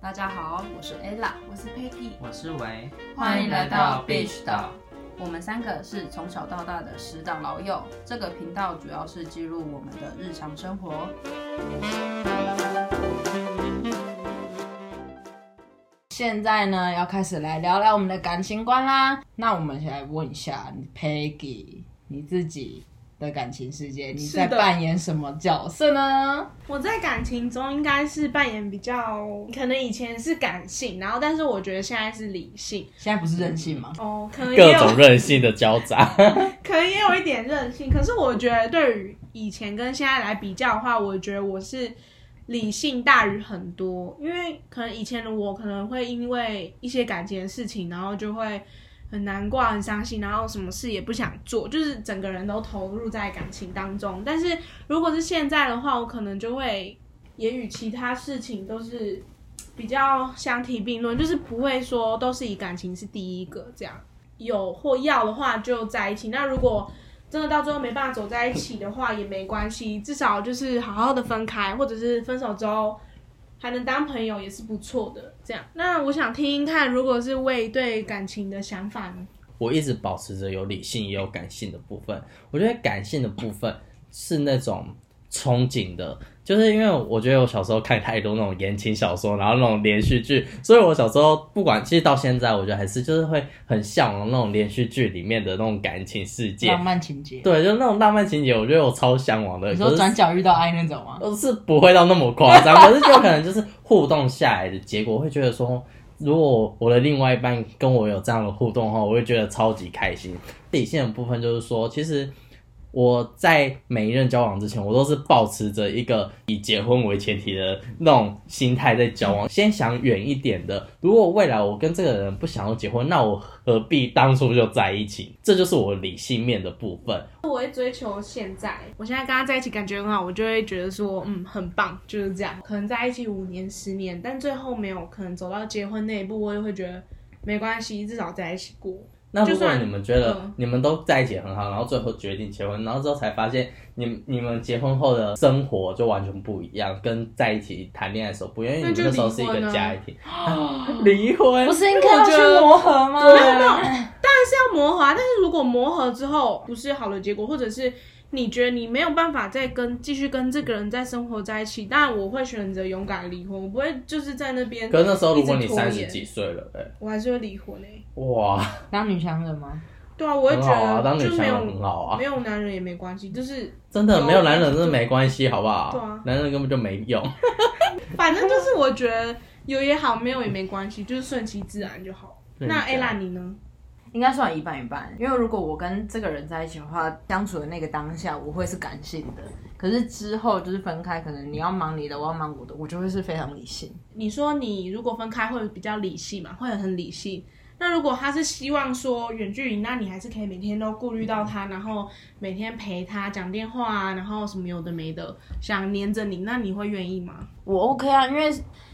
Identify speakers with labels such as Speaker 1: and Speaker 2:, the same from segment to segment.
Speaker 1: 大家好，我是 Ella，
Speaker 2: 我是 Peggy，
Speaker 3: 我是维，
Speaker 1: 欢迎来到 Beach
Speaker 3: 岛。
Speaker 1: 我们三个是从小到大的石岛老友。这个频道主要是记录我们的日常生活。
Speaker 2: 现在呢，要开始来聊聊我们的感情观啦。那我们先来问一下 Peggy，你自己的感情世界，你
Speaker 4: 是
Speaker 2: 在
Speaker 4: 的
Speaker 2: 扮演什么角色呢？
Speaker 4: 我在感情中应该是扮演比较，可能以前是感性，然后但是我觉得现在是理性
Speaker 2: 现在不是任性吗？
Speaker 4: 哦，可能也
Speaker 5: 各
Speaker 4: 有
Speaker 5: 种任性的交杂，
Speaker 4: 可能也有一点任性，可是我觉得对于以前跟现在来比较的话，我觉得我是理性大于很多，因为可能以前的我可能会因为一些感情的事情，然后就会很难过、啊很伤心，然后什么事也不想做，就是整个人都投入在感情当中。但是如果是现在的话，我可能就会也与其他事情都是比较相提并论，就是不会说都是以感情是第一个这样。有或要的话就在一起。那如果真的到最后没办法走在一起的话，也没关系，至少就是好好的分开，或者是分手之后还能当朋友，也是不错的。这样，那我想听听看，如果是为对感情的想法呢？
Speaker 5: 我一直保持着有理性也有感性的部分。我觉得感性的部分是那种憧憬的，就是因为我觉得我小时候看太多那种言情小说，然后那种连续剧，所以我小时候不管其实到现在，我觉得还是就是会很向往那种连续剧里面的那种感情世界
Speaker 2: 浪。漫情节，
Speaker 5: 对，就那种浪漫情节，我觉得我超向往的。
Speaker 2: 你
Speaker 5: 可
Speaker 2: 说
Speaker 5: 是
Speaker 2: 转角遇到爱那种吗？
Speaker 5: 呃，是不会到那么夸张，可是就可能就是互动下来的结果，会觉得说，如果我的另外一半跟我有这样的互动的话，我会觉得超级开心。理性的部分就是说，其实我在每一任交往之前，我都是保持着一个以结婚为前提的那种心态在交往，先想远一点的。如果未来我跟这个人不想要结婚，那我何必当初就在一起？这就是我理性面的部分。
Speaker 4: 我会追求现在，我现在跟他在一起感觉很好，我就会觉得说，嗯，很棒，就是这样。可能在一起五年、十年，但最后没有可能走到结婚那一步，我也会觉得没关系，至少在一起过。
Speaker 5: 那
Speaker 4: 就
Speaker 5: 如果
Speaker 4: 算
Speaker 5: 你们觉得
Speaker 4: 嗯
Speaker 5: 你们都在一起很好，然后最后决定结婚，然后之后才发现你们你们结婚后的生活就完全不一样，跟在一起谈恋爱的时候不一样，因为
Speaker 4: 那
Speaker 5: 你
Speaker 4: 就
Speaker 5: 们那时候是一个
Speaker 4: 离婚啊
Speaker 5: 家庭， 离婚
Speaker 2: 不是应该要去磨合吗？
Speaker 4: 要磨合啊，但是如果磨合之后不是好的结果，或者是你觉得你没有办法再跟继续跟这个人再生活在一起，但我会选择勇敢离婚，我不会就是在那边
Speaker 5: 可，是那时候如果
Speaker 4: 一
Speaker 5: 你
Speaker 4: 直拖延
Speaker 5: 三十几岁了，哎，
Speaker 4: 我还是会离婚诶、
Speaker 5: 哇，
Speaker 2: 当女强人吗？
Speaker 4: 对啊，我会
Speaker 5: 很
Speaker 4: 觉
Speaker 5: 好啊，
Speaker 4: 得
Speaker 5: 当女
Speaker 4: 就
Speaker 5: 强
Speaker 4: 没
Speaker 5: 人
Speaker 4: 有、
Speaker 5: 很好啊
Speaker 4: 没，有男人也没关系，就是
Speaker 5: 真的
Speaker 4: 有
Speaker 5: 没有男人真的没关系，好不
Speaker 4: 对
Speaker 5: 好
Speaker 4: 啊？
Speaker 5: 男人根本就没用，
Speaker 4: 反正就是我觉得有也好，没有也没关系，就是顺其自然 就好。
Speaker 5: 对
Speaker 4: 那
Speaker 5: 这样
Speaker 4: Ella 你呢？
Speaker 2: 应该算一半一半，因为如果我跟这个人在一起的话，相处的那个当下，我会是感性的。可是之后就是分开，可能你要忙你的，我要忙我的，我就会是非常理性。
Speaker 4: 你说你如果分开会比较理性嘛，会很理性。那如果他是希望说远距离，那你还是可以每天都顾虑到他，然后每天陪他讲电话啊，然后什么有的没的，想黏着你，那你会愿意吗？
Speaker 2: 我 OK 啊，因为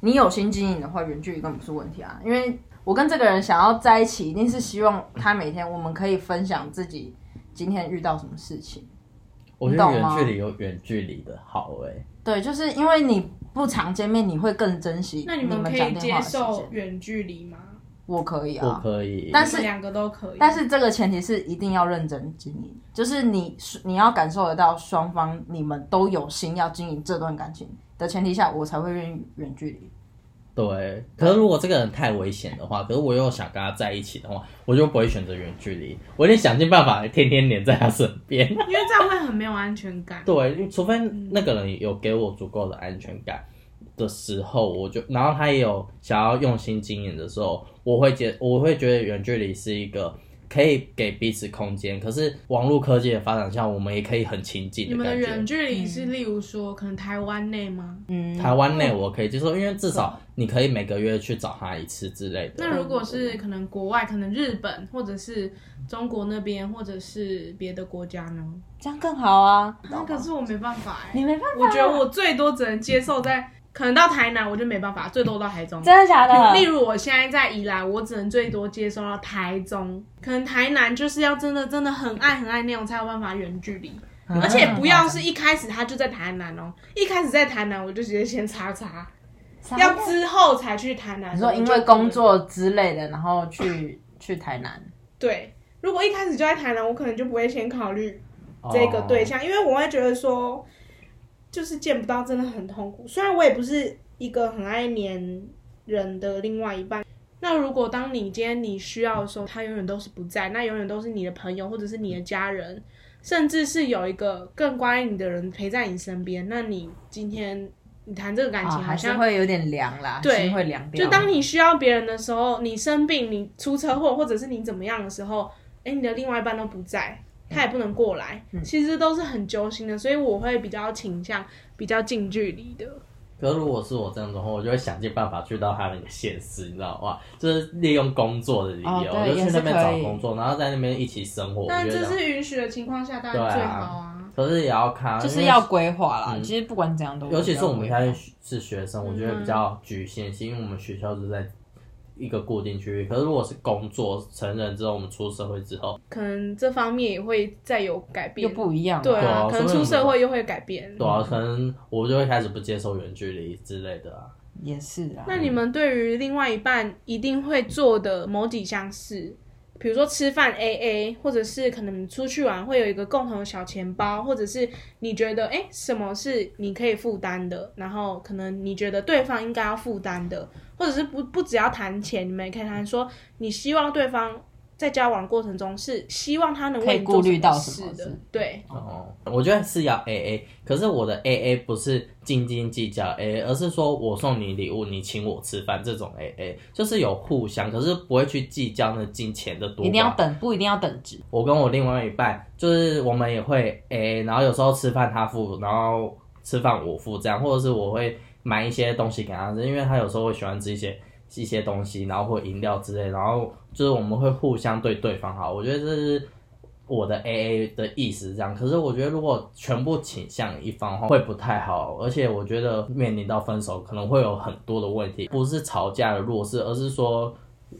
Speaker 2: 你有心经营的话，远距离根本不是问题啊。因为我跟这个人想要在一起，一定是希望他每天我们可以分享自己今天遇到什么事情。
Speaker 5: 我觉
Speaker 2: 懂
Speaker 5: 得远
Speaker 2: 吗
Speaker 5: 距离有远距离的好哎，
Speaker 2: 对，就是因为你不常见面，你会更珍惜
Speaker 4: 那你
Speaker 2: 们
Speaker 4: 们可
Speaker 2: 讲
Speaker 4: 以
Speaker 2: 电
Speaker 4: 接
Speaker 2: 话的时
Speaker 4: 受
Speaker 2: 间。
Speaker 4: 远距离吗？
Speaker 2: 我可以啊，
Speaker 5: 我可以，
Speaker 2: 但
Speaker 4: 你
Speaker 2: 是
Speaker 4: 们两个都可以，
Speaker 2: 但是这个前提是一定要认真经营，就是你你要感受得到双方你们都有心要经营这段感情的前提下，我才会愿意远距离。
Speaker 5: 对，可是如果这个人太危险的话，可是我又想跟他在一起的话，我就不会选择远距离，我一定想尽办法天天黏在他身 边。
Speaker 4: 因为这样会很没有安全感。
Speaker 5: 对，除非那个人有给我足够的安全感的时候，我就，然后他也有想要用心经营的时候，我会觉，我会觉得远距离是一个可以给彼此空间。可是网络科技的发展下，我们也可以很亲近
Speaker 4: 你
Speaker 5: 的
Speaker 4: 们的
Speaker 5: 感觉
Speaker 4: 远。距离是例如说可能台湾内吗？
Speaker 2: 嗯，
Speaker 5: 台湾内我可以接受，因为至少你可以每个月去找他一次之类的。
Speaker 4: 那如果是可能国外，可能日本或者是中国那边，或者是别的国家呢？
Speaker 2: 这样更好啊。
Speaker 4: 那可是我没办法哎、
Speaker 2: 你没办法，
Speaker 4: 我觉得我最多只能接受在，可能到台南我就没办法，最多到台中。
Speaker 2: 真的假的？
Speaker 4: 嗯例如我现在在宜兰，我只能最多接受到台中，可能台南就是要真的真的很爱很爱那种才有办法远距离，
Speaker 2: 啊
Speaker 4: 而且不要是一开始他就在台南哦，一开始在台南我就直接先叉叉，要之后才去台南。
Speaker 2: 啊你说因为工作之类的，然后去去台南，
Speaker 4: 对，如果一开始就在台南，我可能就不会先考虑这
Speaker 2: 哦
Speaker 5: 哦
Speaker 4: 个对象，因为我会觉得说，就是见不到真的很痛苦。虽然我也不是一个很爱黏人的另外一半，那如果当你今天你需要的时候，他永远都是不在，那永远都是你的朋友或者是你的家人，甚至是有一个更关爱你的人陪在你身边，那你今天你谈这个感
Speaker 2: 啊，
Speaker 4: 情好
Speaker 2: 还是
Speaker 4: 像
Speaker 2: 会有点凉啦，
Speaker 4: 对
Speaker 2: 心会凉掉。
Speaker 4: 就当你需要别人的时候，你生病、你出车祸或者是你怎么样的时候，哎、你的另外一半都不在，他也不能过来，
Speaker 5: 嗯
Speaker 4: 其实都是很揪心的。所以我会比较倾向比较近距离的。
Speaker 5: 可是如果是我这样子的话，我就会想尽办法去到他那个县市，你知道吗？就是利用工作的理由，
Speaker 2: 哦对
Speaker 5: 我就去那边找
Speaker 2: 也是可以
Speaker 5: 工作，然后在那边一起生活。我
Speaker 4: 但
Speaker 5: 觉
Speaker 4: 这
Speaker 5: 得这样，
Speaker 4: 是允许的情况下，当
Speaker 5: 对
Speaker 4: 然
Speaker 5: 啊
Speaker 4: 最好啊。
Speaker 5: 可是也要看，
Speaker 2: 就是
Speaker 5: 因为
Speaker 2: 要规划啦。
Speaker 5: 嗯
Speaker 2: 其实不管怎样都，
Speaker 5: 尤其是我们现
Speaker 2: 要规
Speaker 5: 在
Speaker 2: 划
Speaker 5: 是学生，我觉
Speaker 2: 嗯
Speaker 5: 得比较局限性，因为我们学校就在一个固定区域。可是如果是工作，成人之后，我们出社会之后，
Speaker 2: 嗯
Speaker 4: 可能这方面也会再有改
Speaker 2: 又
Speaker 4: 变，
Speaker 2: 不一样。
Speaker 4: 对
Speaker 5: 对
Speaker 4: 啊
Speaker 5: 啊，
Speaker 4: 可
Speaker 5: 所
Speaker 4: 能
Speaker 5: 以我
Speaker 4: 出
Speaker 5: 们
Speaker 4: 社会又会改变。
Speaker 5: 对啊，可能我就会开始不接受远距离之类的啊。
Speaker 2: 也是啊。
Speaker 4: 那你们对于另外一半一定会做的某几项事，比如说吃饭 A A，或者是可能出去玩会有一个共同的小钱包，或者是你觉得哎、诶什么是你可以负担的，然后可能你觉得对方应该要负担的，或者是不不只要谈钱，你们也可以谈说你希望对方。在交往过程中是希望他能
Speaker 2: 可以
Speaker 4: 为你做
Speaker 2: 顾虑到
Speaker 4: 什
Speaker 2: 什么
Speaker 4: 事的
Speaker 2: 事，
Speaker 4: 对，
Speaker 5: 哦，我觉得是要 A A，可是我的 A A 不是斤斤计较 A A，而是说我送你礼物，你请我吃饭这种 A A，就是有互相，可是不会去计较那金钱的多
Speaker 2: 一定要
Speaker 5: 寡。
Speaker 2: 等，不一定要等值。
Speaker 5: 我跟我另外一半，就是我们也会 A A，然后有时候吃饭他付，然后吃饭我付这样，或者是我会买一些东西给他吃，因为他有时候会喜欢吃一些一些东西，然后或饮料之类，然后就是我们会互相对对方好，我觉得这是。我的 A A 的意思是这样，可是我觉得如果全部倾向一方的话，会不太好，而且我觉得面临到分手可能会有很多的问题，不是吵架的弱势，而是说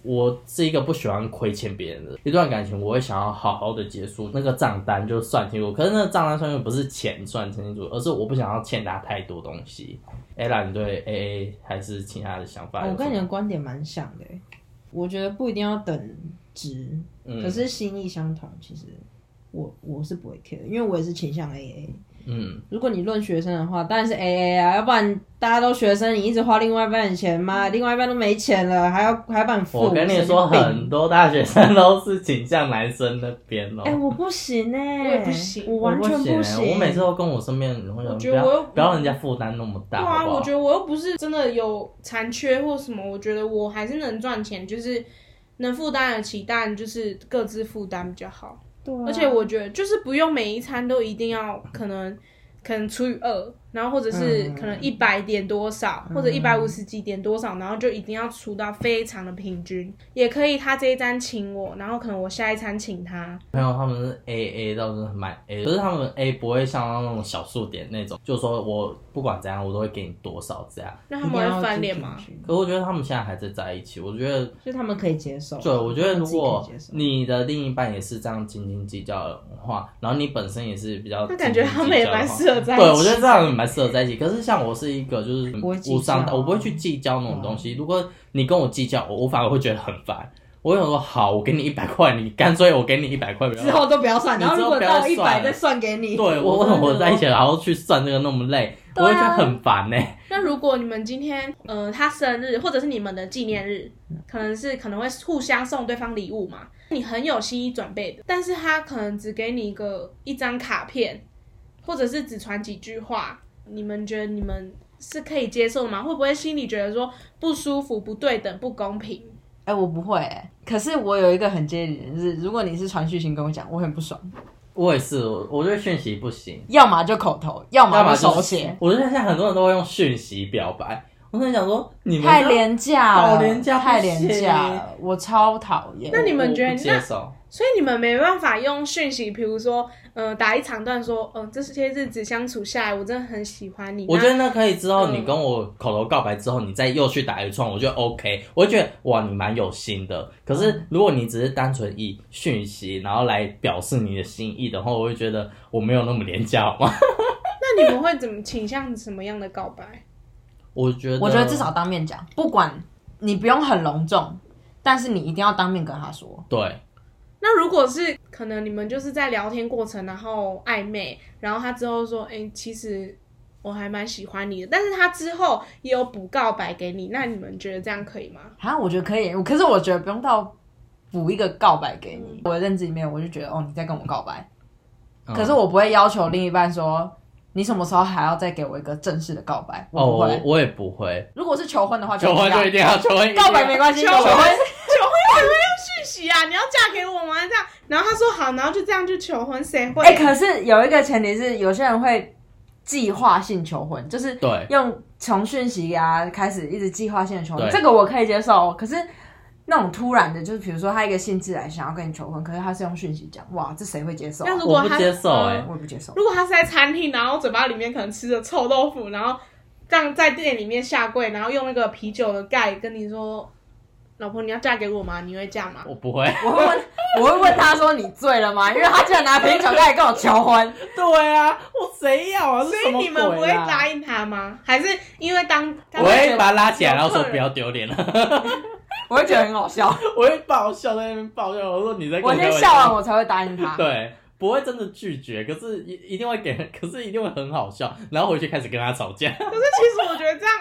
Speaker 5: 我是一个不喜欢亏欠别人的一段感情，我会想要好好的结束那个账单，就算清楚。可是那个账单算清楚不是钱算清楚，而是我不想要欠他太多东西。ella，你对 A A 还是其他的想法？
Speaker 2: 哦我跟你的，观点蛮像的欸，我觉得不一定要等值，
Speaker 5: 嗯
Speaker 2: 可是心意相同，其实我我是不会 care，因为我也是倾向 AA。
Speaker 5: 嗯，
Speaker 2: 如果你论学生的话，当然是 AA 啊，要不然大家都学生，你一直花另外一半的钱嘛，另外一半都没钱了，还要还帮你
Speaker 5: 嗯
Speaker 2: 付。
Speaker 5: 我跟你
Speaker 2: 神经
Speaker 5: 说，
Speaker 2: 病
Speaker 5: 很哦多大学生都是倾向男生那边哦、
Speaker 2: 哎、我不行哎、
Speaker 4: 我也不行
Speaker 2: 我完全
Speaker 5: 不欸
Speaker 2: 行。
Speaker 5: 我每次都跟我身边的人
Speaker 4: 我
Speaker 5: 说，不
Speaker 4: 觉得我又
Speaker 5: 要不要人家负担那么大，
Speaker 4: 对啊，
Speaker 5: 好不好
Speaker 4: 我觉得我又不是真的有残缺或什么，我觉得我还是能赚钱，就是能负担得起，但就是各自负担比较好。
Speaker 2: 对啊
Speaker 4: 而且我觉得就是不用每一餐都一定要可能可能除以二，然后或者是
Speaker 2: 嗯
Speaker 4: 可能一百点多少，或者一百五十几点多少，然后就一定要除到非常的平均。也可以他这一餐请我，然后可能我下一餐请他，
Speaker 5: 朋友他们是 A A 倒是蛮 A，可是他们 A 不会像那种小数点那种，就说我不管怎样我都会给你多少这样。
Speaker 4: 那他
Speaker 2: 一定
Speaker 4: 们
Speaker 2: 要
Speaker 4: 会翻脸
Speaker 2: 进
Speaker 4: 吗？
Speaker 2: 去
Speaker 5: 可我觉得他们现在还在在一起，我觉得
Speaker 2: 就他们可以接受。
Speaker 5: 对，我觉得
Speaker 2: 他们
Speaker 5: 如
Speaker 2: 自己可以
Speaker 5: 果
Speaker 2: 接受
Speaker 5: 你的另一半也是这样斤斤计较的话，然后你本身也是比较
Speaker 4: 那
Speaker 5: 斤斤
Speaker 4: 感
Speaker 5: 计较
Speaker 4: 觉
Speaker 5: 的话，
Speaker 4: 他们也蛮适合在一起。
Speaker 5: 对，我觉得这样也蛮适合在一起。可是像我是一个就是
Speaker 2: 不会计较
Speaker 5: 无伤大，我不会去计较那种东西。如果你跟我计较，我我反而会觉得很烦。我会想说，好，我给你一百块，你干脆我给你一百块，不要
Speaker 2: 之后都不要算，然后
Speaker 5: 你之
Speaker 2: 如
Speaker 5: 后
Speaker 2: 果
Speaker 5: 不要
Speaker 2: 到一百
Speaker 5: 算
Speaker 2: 再算给你。
Speaker 5: 对我为什么我在一起，然后去算这个那么累，我会觉得很烦呢、
Speaker 4: 那如果你们今天，呃，他生日或者是你们的纪念日，可能是可能会互相送对方礼物嘛，你很有心意准备的，但是他可能只给你一个一张卡片，或者是只传几句话，你们觉得你们是可以接受的吗？会不会心里觉得说不舒服、不对等、不公平？
Speaker 2: 哎、我不会、欸，可是我有一个很介意的人是，如果你是传讯息跟我讲，我很不爽，
Speaker 5: 我也是，我我觉得讯息不行，
Speaker 2: 要么就口头，要
Speaker 5: 要
Speaker 2: 么
Speaker 5: 么
Speaker 2: 就手
Speaker 5: 就是
Speaker 2: 写，，
Speaker 5: 我觉得现在很多人都会用讯息表白。我在想说，你们
Speaker 2: 太
Speaker 5: 这
Speaker 2: 廉价了，
Speaker 5: 好哦廉价不
Speaker 2: 太廉价
Speaker 5: 行欸
Speaker 2: 了，我超讨厌。
Speaker 4: 那你们
Speaker 5: 我
Speaker 4: 觉得
Speaker 5: 不接受？
Speaker 4: 所以你们没办法用讯息，比如说，呃，打一长段说，嗯、这些日子相处下来，我真的很喜欢你。啊
Speaker 5: 我
Speaker 4: 那
Speaker 5: 觉得那可以之后，
Speaker 4: 嗯
Speaker 5: 你跟我口头告白之后，你再又去打一串，我觉得 OK，我会觉得哇，你蛮有心的。可是如果你只是单纯以讯息然后来表示你的心意的话，我会觉得我没有那么廉价好吗？
Speaker 4: 那你们会怎么倾向什么样的告白？
Speaker 5: 我觉得，
Speaker 2: 我觉得至少当面讲，不管你不用很隆重，但是你一定要当面跟他说。
Speaker 5: 对，
Speaker 4: 那如果是可能你们就是在聊天过程，然后暧昧，然后他之后说，哎、其实我还蛮喜欢你的，但是他之后也有补告白给你，那你们觉得这样可以吗？
Speaker 2: 啊，我觉得可以，我可是我觉得不用到补一个告白给你。我的认知里面，我就觉得哦，你在跟我告白，
Speaker 5: 嗯
Speaker 2: 可是我不会要求另一半说你什么时候还要再给我一个正式的告白，
Speaker 5: 哦，
Speaker 2: 我不
Speaker 5: 我
Speaker 2: 会。
Speaker 5: 我也不会，
Speaker 2: 如果是求婚的话，
Speaker 5: 求婚
Speaker 2: 不要
Speaker 5: 就一定要求婚一定要，
Speaker 2: 告白没关系，
Speaker 4: 求
Speaker 2: 求
Speaker 4: 婚
Speaker 2: 婚
Speaker 4: 求婚怎么用讯息啊？你要嫁给我吗？这样，然后他说好，然后就这样就求婚，谁会？
Speaker 2: 哎、可是有一个前提是，有些人会计划性求婚，就是
Speaker 5: 对
Speaker 2: 用从讯息啊开始一直计划性的求婚，
Speaker 5: 对
Speaker 2: 这个我可以接受。可是那种突然的，就是比如说他一个兴致来想要跟你求婚，可是他是用讯息讲，哇，这谁会接受啊、
Speaker 4: 那如果
Speaker 5: 我不
Speaker 4: 他
Speaker 5: 接受
Speaker 4: 嗯
Speaker 5: 哎、
Speaker 2: 我也不接受。
Speaker 4: 如果他是在餐厅，然后嘴巴里面可能吃着臭豆腐，然后这样在店里面下跪，然后用那个啤酒的盖跟你说：“老婆，你要嫁给我吗？你会嫁吗
Speaker 5: 我不会。
Speaker 2: 我会问，我会问他说你醉了吗？因为他竟然拿啤酒盖来跟我求婚，
Speaker 5: 对啊，我谁要啊？？”所
Speaker 4: 所以你们不会答应他吗？还是因为当
Speaker 5: 我会把他拉起来，
Speaker 4: 有
Speaker 5: 然后说
Speaker 4: 客人
Speaker 5: 不要丢脸了。
Speaker 2: 我会觉得很好笑。
Speaker 5: 我会爆笑在那边爆笑，我说你在跟
Speaker 2: 我
Speaker 5: 开
Speaker 2: 先
Speaker 5: 玩
Speaker 2: 笑完，
Speaker 5: 笑。
Speaker 2: 我才会答应
Speaker 4: 啊
Speaker 2: 他。
Speaker 5: 对，不会真的拒绝，可是一一定会给， 可是一定会很好笑，然后回去开始跟他吵架。
Speaker 4: 可是其实我觉得这样，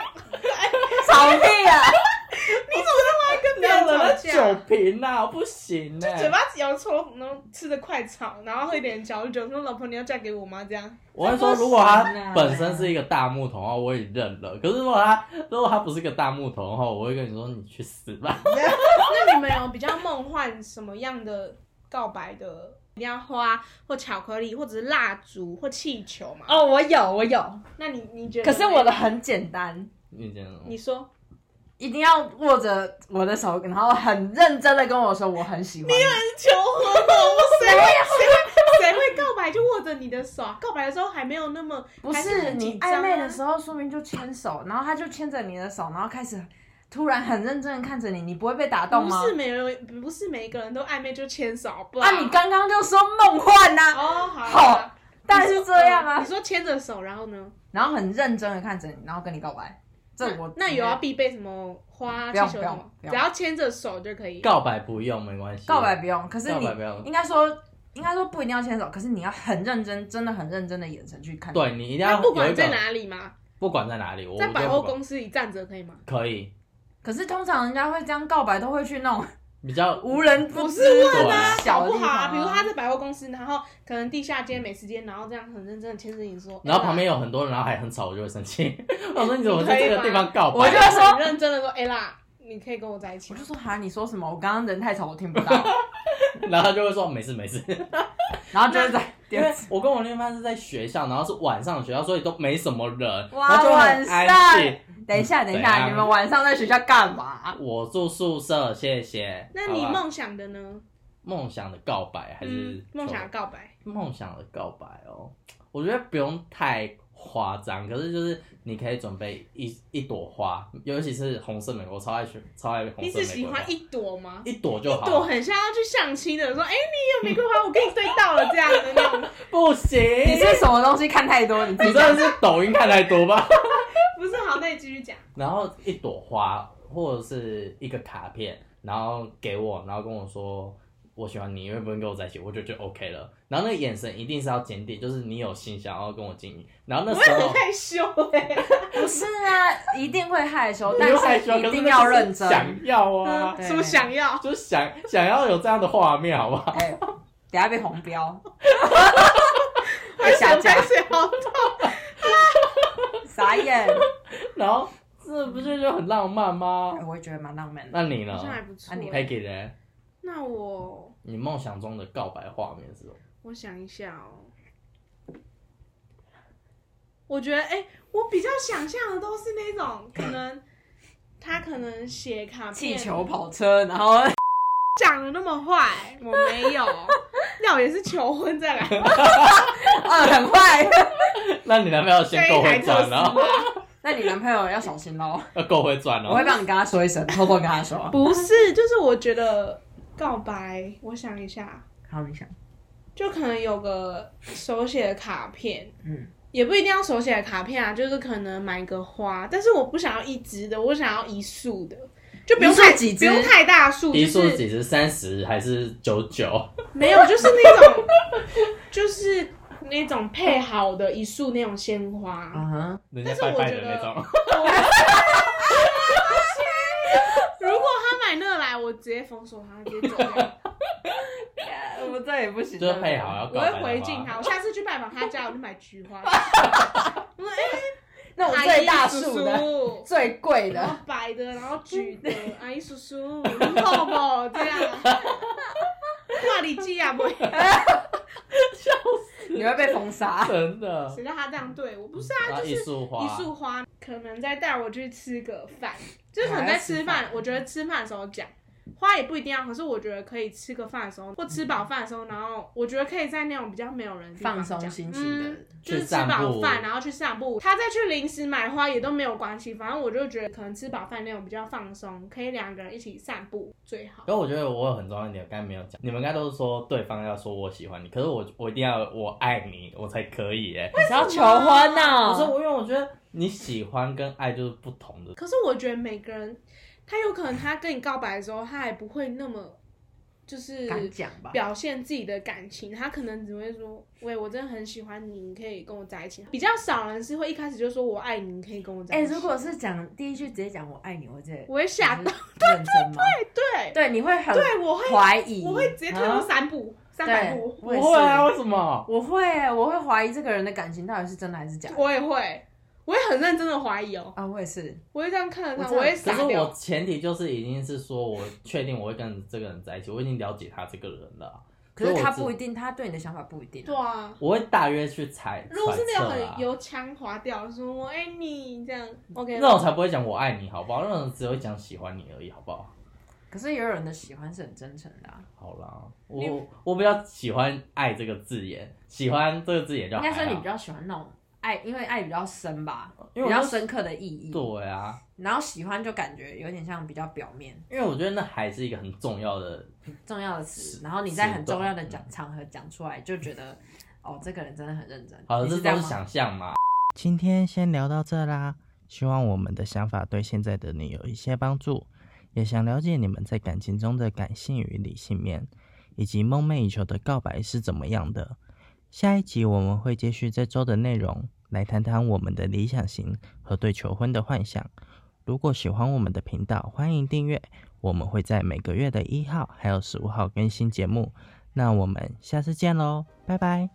Speaker 2: 吵屁啊！
Speaker 4: 跟别人吵
Speaker 5: 了
Speaker 4: 架
Speaker 5: 酒瓶啊，不行呢、
Speaker 4: 嘴巴只要抽，然后吃着快炒，然后喝一点小酒，说：“老婆，你要嫁给我吗？”这啊样。
Speaker 5: 我会说，如果他本身是一个大木头的话，我也认了。可是如果他如果他不是个大木头的话，我会跟你说你去死吧。
Speaker 4: 那你们有比较梦幻什么样的告白的？一定要花或巧克力，或者是蜡烛或气球嘛？
Speaker 2: 哦，我有，我有，
Speaker 4: 那你你觉得？
Speaker 2: 可是我的，很简单。
Speaker 5: 你这样
Speaker 4: 你 说
Speaker 2: 一定要握着我的手，然后很认真的跟我说我很喜欢你。
Speaker 4: 求婚了，我谁会谁会谁会告白就握着你的手啊？告白的时候还没有那么
Speaker 2: 不
Speaker 4: 还
Speaker 2: 是
Speaker 4: 很
Speaker 2: 你
Speaker 4: 紧张
Speaker 2: 暧
Speaker 4: 啊
Speaker 2: 昧的时候，说明就牵手，然后他就牵着你的手，然后开始突然很认真的看着你，你不会被打动
Speaker 4: 不
Speaker 2: 吗？
Speaker 4: 是每人不是每一个人都暧昧就牵手，好不好？
Speaker 2: 啊，你刚刚就说梦幻呐、
Speaker 4: 哦好啊，
Speaker 2: 好
Speaker 4: 好
Speaker 2: 当然是这样啊
Speaker 4: 你。说牵着手，然后呢？
Speaker 2: 然后很认真的看着你，然后跟你告白。这我
Speaker 4: 那有要必备什么花、
Speaker 2: 不
Speaker 4: 气
Speaker 2: 用
Speaker 4: 球
Speaker 2: 不
Speaker 4: 什
Speaker 2: 用
Speaker 4: 么？
Speaker 2: 不
Speaker 4: 只
Speaker 2: 用
Speaker 4: 要牵着手就可以。
Speaker 5: 告白不用没关系，啊
Speaker 2: 告白不用，可是
Speaker 5: 告
Speaker 2: 你
Speaker 5: 白不用。
Speaker 2: 应该说应该说不一定要牵手，可是你要很认真，真的很认真的眼神去看。，
Speaker 5: 对你一定
Speaker 4: 那
Speaker 5: 要
Speaker 4: 不
Speaker 5: 有
Speaker 4: 管
Speaker 5: 一
Speaker 4: 在
Speaker 5: 个，
Speaker 4: 哪里嘛，
Speaker 5: 不管在哪里，我
Speaker 4: 在
Speaker 5: 都
Speaker 4: 百
Speaker 5: 不
Speaker 4: 货
Speaker 5: 管
Speaker 4: 公司里站着可以吗？
Speaker 5: 可以
Speaker 2: 可是通常人家会这样告白，都会去那种
Speaker 5: 比较
Speaker 2: 无人不
Speaker 4: 不
Speaker 2: 知
Speaker 4: 是问
Speaker 5: 啊
Speaker 2: 小
Speaker 4: 搞
Speaker 2: 的
Speaker 4: 不
Speaker 2: 地
Speaker 4: 好
Speaker 2: 方、
Speaker 4: 啊，比如他在百货公司，然后可能地下街、美食街，然后这样很认真的牵着你说，
Speaker 5: 然后
Speaker 4: 哎
Speaker 5: 旁边
Speaker 4: 啦
Speaker 5: 有很多人，然后还很吵，我就会生气。 我说你怎么在这个地方告白？
Speaker 2: 我就会
Speaker 4: 很
Speaker 2: 说，
Speaker 4: 认真的说，哎啦，你可以跟我在一起
Speaker 2: 我
Speaker 4: 吗
Speaker 2: 就。说哈，你说什么？我刚刚人太吵，我听不 到。
Speaker 5: 然后他就会说没事没事，
Speaker 2: 然后就是在
Speaker 5: 因为我跟我另一半是在学校，然后是晚上的学校，所以都没什么人，
Speaker 2: 哇
Speaker 5: 然后就很安静。
Speaker 2: 等一下，等一
Speaker 5: 嗯怎
Speaker 2: 下，
Speaker 5: 样
Speaker 2: 你们晚上在学校 干嘛？
Speaker 5: 我住宿舍，谢谢。
Speaker 4: 那你
Speaker 5: 好吧
Speaker 4: 梦想的呢？
Speaker 5: 梦想的告白还是
Speaker 4: 嗯，梦想的告白，
Speaker 5: 梦想的告白哦？我觉得不用太夸张，可是就是你可以准备一一朵花，尤其是红色玫瑰，我超爱选，超爱红
Speaker 4: 你
Speaker 5: 色玫瑰。
Speaker 4: 只喜欢一朵吗？
Speaker 5: 一朵就
Speaker 4: 一
Speaker 5: 好，
Speaker 4: 朵很像要去相亲的，说，哎，你有玫瑰花，我跟你对到了这样的那种，
Speaker 5: 不行。
Speaker 2: 你是什么东西看太多？你自
Speaker 5: 你
Speaker 2: 己
Speaker 5: 真的是抖音看太多吧？
Speaker 4: 不是好，那你继续讲。
Speaker 5: 然后一朵花或者是一个卡片，然后给我，然后跟我说我喜欢你，愿不愿意跟我在一起，我就觉得 OK 了。然后那个眼神一定是要坚定，就是你有心想要跟我经营。然后那
Speaker 4: 我
Speaker 5: 时
Speaker 4: 也 很
Speaker 5: 候
Speaker 4: 害羞哎、
Speaker 2: 不是啊，一定会害羞，但
Speaker 5: 你又害羞
Speaker 2: 是一定要认真
Speaker 5: 可。是那就是想要啊，
Speaker 4: 嗯，什么想要？
Speaker 5: 就是想想要有这样的画面，好不好？
Speaker 2: 哎，等下被红 标，
Speaker 4: 拍
Speaker 2: 被下
Speaker 4: 手
Speaker 2: 架
Speaker 4: 拍，手，好
Speaker 2: 傻眼。
Speaker 5: 然后这不是就很浪漫吗
Speaker 2: 哎？我也觉得蛮浪漫的。
Speaker 5: 那啊你呢
Speaker 4: 好像还不错、
Speaker 2: 那你
Speaker 4: 欸。
Speaker 5: ？Peggy 呢？
Speaker 4: 那我
Speaker 5: 你梦想中的告白画面是什么？
Speaker 4: 我想一下哦，我觉得哎、我比较想象的都是那种可能他可能写卡片，
Speaker 2: 气球跑车，然后
Speaker 4: 讲的那么坏，我 没有，那我也是求婚再来，
Speaker 2: 啊，很快。
Speaker 5: 那你男朋友先
Speaker 4: 这
Speaker 5: 够
Speaker 4: 一台
Speaker 5: 会
Speaker 4: 特
Speaker 5: 转
Speaker 4: 斯拉
Speaker 5: 哦，
Speaker 2: 那你男朋友要小心喽，
Speaker 5: 要够会转
Speaker 2: 我
Speaker 5: 哦
Speaker 2: 会。帮你跟他说一声，偷偷跟他说。
Speaker 4: 不是，就是我觉得告白，我想一下，
Speaker 2: 好，你想，
Speaker 4: 就可能有个手写的卡片，
Speaker 2: 嗯，
Speaker 4: 也不一定要手写的卡片啊，就是可能买个花，但是我不想要一支的，我想要一束的，就不用
Speaker 2: 一束
Speaker 4: 太
Speaker 2: 几
Speaker 4: 不
Speaker 2: 支
Speaker 4: 用太 大束，
Speaker 5: 一
Speaker 4: 就
Speaker 5: 束
Speaker 4: 是
Speaker 5: 几是三十还是九九？
Speaker 4: 没有，就是那种 就是那种配好的一束那种鲜花。
Speaker 2: 嗯哼，
Speaker 5: 人家
Speaker 4: 但是
Speaker 5: 拜
Speaker 4: 我
Speaker 5: 拜
Speaker 4: 觉
Speaker 5: 的
Speaker 4: 得
Speaker 5: 那种。
Speaker 4: 如果他买那来，我直接封锁他，直接走 掉，
Speaker 2: 我们这也不行，
Speaker 5: 就是配好啊要
Speaker 4: 我
Speaker 5: 告白的
Speaker 4: 会
Speaker 5: 话
Speaker 4: 回敬他。我下次去拜访他家，我就买菊 花。我说
Speaker 2: 那种
Speaker 4: 哎，
Speaker 2: 最
Speaker 4: 阿
Speaker 2: 大
Speaker 4: 姨叔
Speaker 2: 数
Speaker 4: 叔
Speaker 2: 的、 最贵
Speaker 4: 然后
Speaker 2: 的，
Speaker 4: 白的，然后橘的，阿姨叔叔，你 好不这样？话里记啊，不会，
Speaker 2: 你会被封 杀。
Speaker 5: 真的，
Speaker 4: 谁叫他这样对我？不是
Speaker 5: 然
Speaker 4: 啊，
Speaker 5: 后
Speaker 4: 就是
Speaker 5: 一束花，
Speaker 4: 一束花，可能再带我去吃个饭，就是可能
Speaker 2: 还要
Speaker 4: 在
Speaker 2: 吃
Speaker 4: 吃饭
Speaker 2: 饭，
Speaker 4: 我觉得吃饭的时候讲。花也不一定要，可是我觉得可以吃个饭的时候，或吃饱饭的时候，然后我觉得可以在那种比较没有人的地方
Speaker 2: 放松
Speaker 4: 讲
Speaker 2: 心情的
Speaker 4: 嗯就
Speaker 5: 去
Speaker 4: 是吃
Speaker 5: 散
Speaker 4: 饱
Speaker 5: 步
Speaker 4: 饭然后去散步，他再去临时买花也都没有关系，反正我就觉得可能吃饱饭那种比较放松，可以两个人一起散步最好。
Speaker 5: 可我觉得我有很重要一点，我刚才没有讲，你们应该都是说对方要说我喜欢你，可是我我一定要我爱你，我才可以哎、
Speaker 2: 你是要求婚
Speaker 5: 可是
Speaker 2: 呢、
Speaker 5: 我因为我觉得你喜欢跟爱就是不同的，
Speaker 4: 可是我觉得每个人，他有可能他跟你告白的时候，他还不会那么就是
Speaker 2: 敢讲吧？
Speaker 4: 表现自己的感情，他可能只会说：“喂，我真的很喜欢你，你可以跟我在一起。”比较少人是会一开始就说我爱你，你可以跟我在
Speaker 2: 哎、
Speaker 4: 一起。
Speaker 2: 如果嗯是讲第一句直接讲我爱你，我觉得
Speaker 4: 我会吓到，
Speaker 2: 认真吗？
Speaker 4: 对
Speaker 2: 对，你会很
Speaker 4: 对，我会
Speaker 2: 怀疑，
Speaker 4: 我会直接退后
Speaker 2: 啊
Speaker 4: 三步，三百
Speaker 2: 对
Speaker 4: 步，
Speaker 2: 我也
Speaker 5: 不会啊，
Speaker 2: 是
Speaker 5: 为什么？
Speaker 2: 我会，我会怀疑这个人的感情到底是真的还是假的
Speaker 4: 我也会，我也很认真的怀疑哦，
Speaker 2: 啊！我也是，
Speaker 4: 我会这样看着
Speaker 2: 我
Speaker 4: 他，
Speaker 2: 知道
Speaker 4: 我会
Speaker 5: 可是
Speaker 4: 傻
Speaker 5: 我
Speaker 4: 掉。
Speaker 5: 前提就是已经是说我确定我会跟这个人在一起，我已经了解他这个人了，
Speaker 2: 可是
Speaker 5: 所
Speaker 2: 他
Speaker 5: 以
Speaker 2: 不
Speaker 5: 我
Speaker 2: 一
Speaker 5: 知
Speaker 2: 定，他对你的想法不一定、
Speaker 4: 对，啊，
Speaker 5: 我会大约去猜，
Speaker 4: 如果是那种
Speaker 5: 揣测啊
Speaker 4: 很油腔滑调，说我爱你这样，OK，
Speaker 2: 啊
Speaker 5: 那种才不会讲我爱你，好不好？那种只会讲喜欢你而已，好不好？
Speaker 2: 可是也有人的喜欢是很真诚的、啊，
Speaker 5: 好啦，
Speaker 4: 你
Speaker 5: 我我比较喜欢“爱”这个字眼，喜欢这个字眼就
Speaker 2: 应该
Speaker 5: 还
Speaker 2: 说你
Speaker 5: 好
Speaker 2: 比。较喜欢那种爱，因为爱比较深吧，
Speaker 5: 啊因为
Speaker 2: 比
Speaker 5: 我
Speaker 2: 较
Speaker 5: 就
Speaker 2: 深刻的意义。
Speaker 5: 对啊，
Speaker 2: 然后喜欢就感觉有点像比较表面
Speaker 5: 因为我觉得那还是一个很重要的，
Speaker 2: 重要的词，
Speaker 5: 是
Speaker 2: 然后你在
Speaker 5: 是
Speaker 2: 很重
Speaker 5: 的
Speaker 2: 要的
Speaker 5: 嗯
Speaker 2: 讲场合讲出来，就觉得哦，这个人真的很认真。
Speaker 5: 好
Speaker 2: 你
Speaker 5: 的，
Speaker 2: 是这
Speaker 5: 这
Speaker 2: 样
Speaker 5: 都是
Speaker 2: 吗？
Speaker 5: 想象嘛。今天先聊到这啦，希望我们的想法对现在的你有一些帮助，也想了解你们在感情中的感性与理性面，以及梦寐以求的告白是怎么样的。下一集我们会接续这周的内容，来谈谈我们的理想型和对求婚的幻想。如果喜欢我们的频道，欢迎订阅。我们会在每个月的一号还有十五号更新节目。那我们下次见喽，拜拜。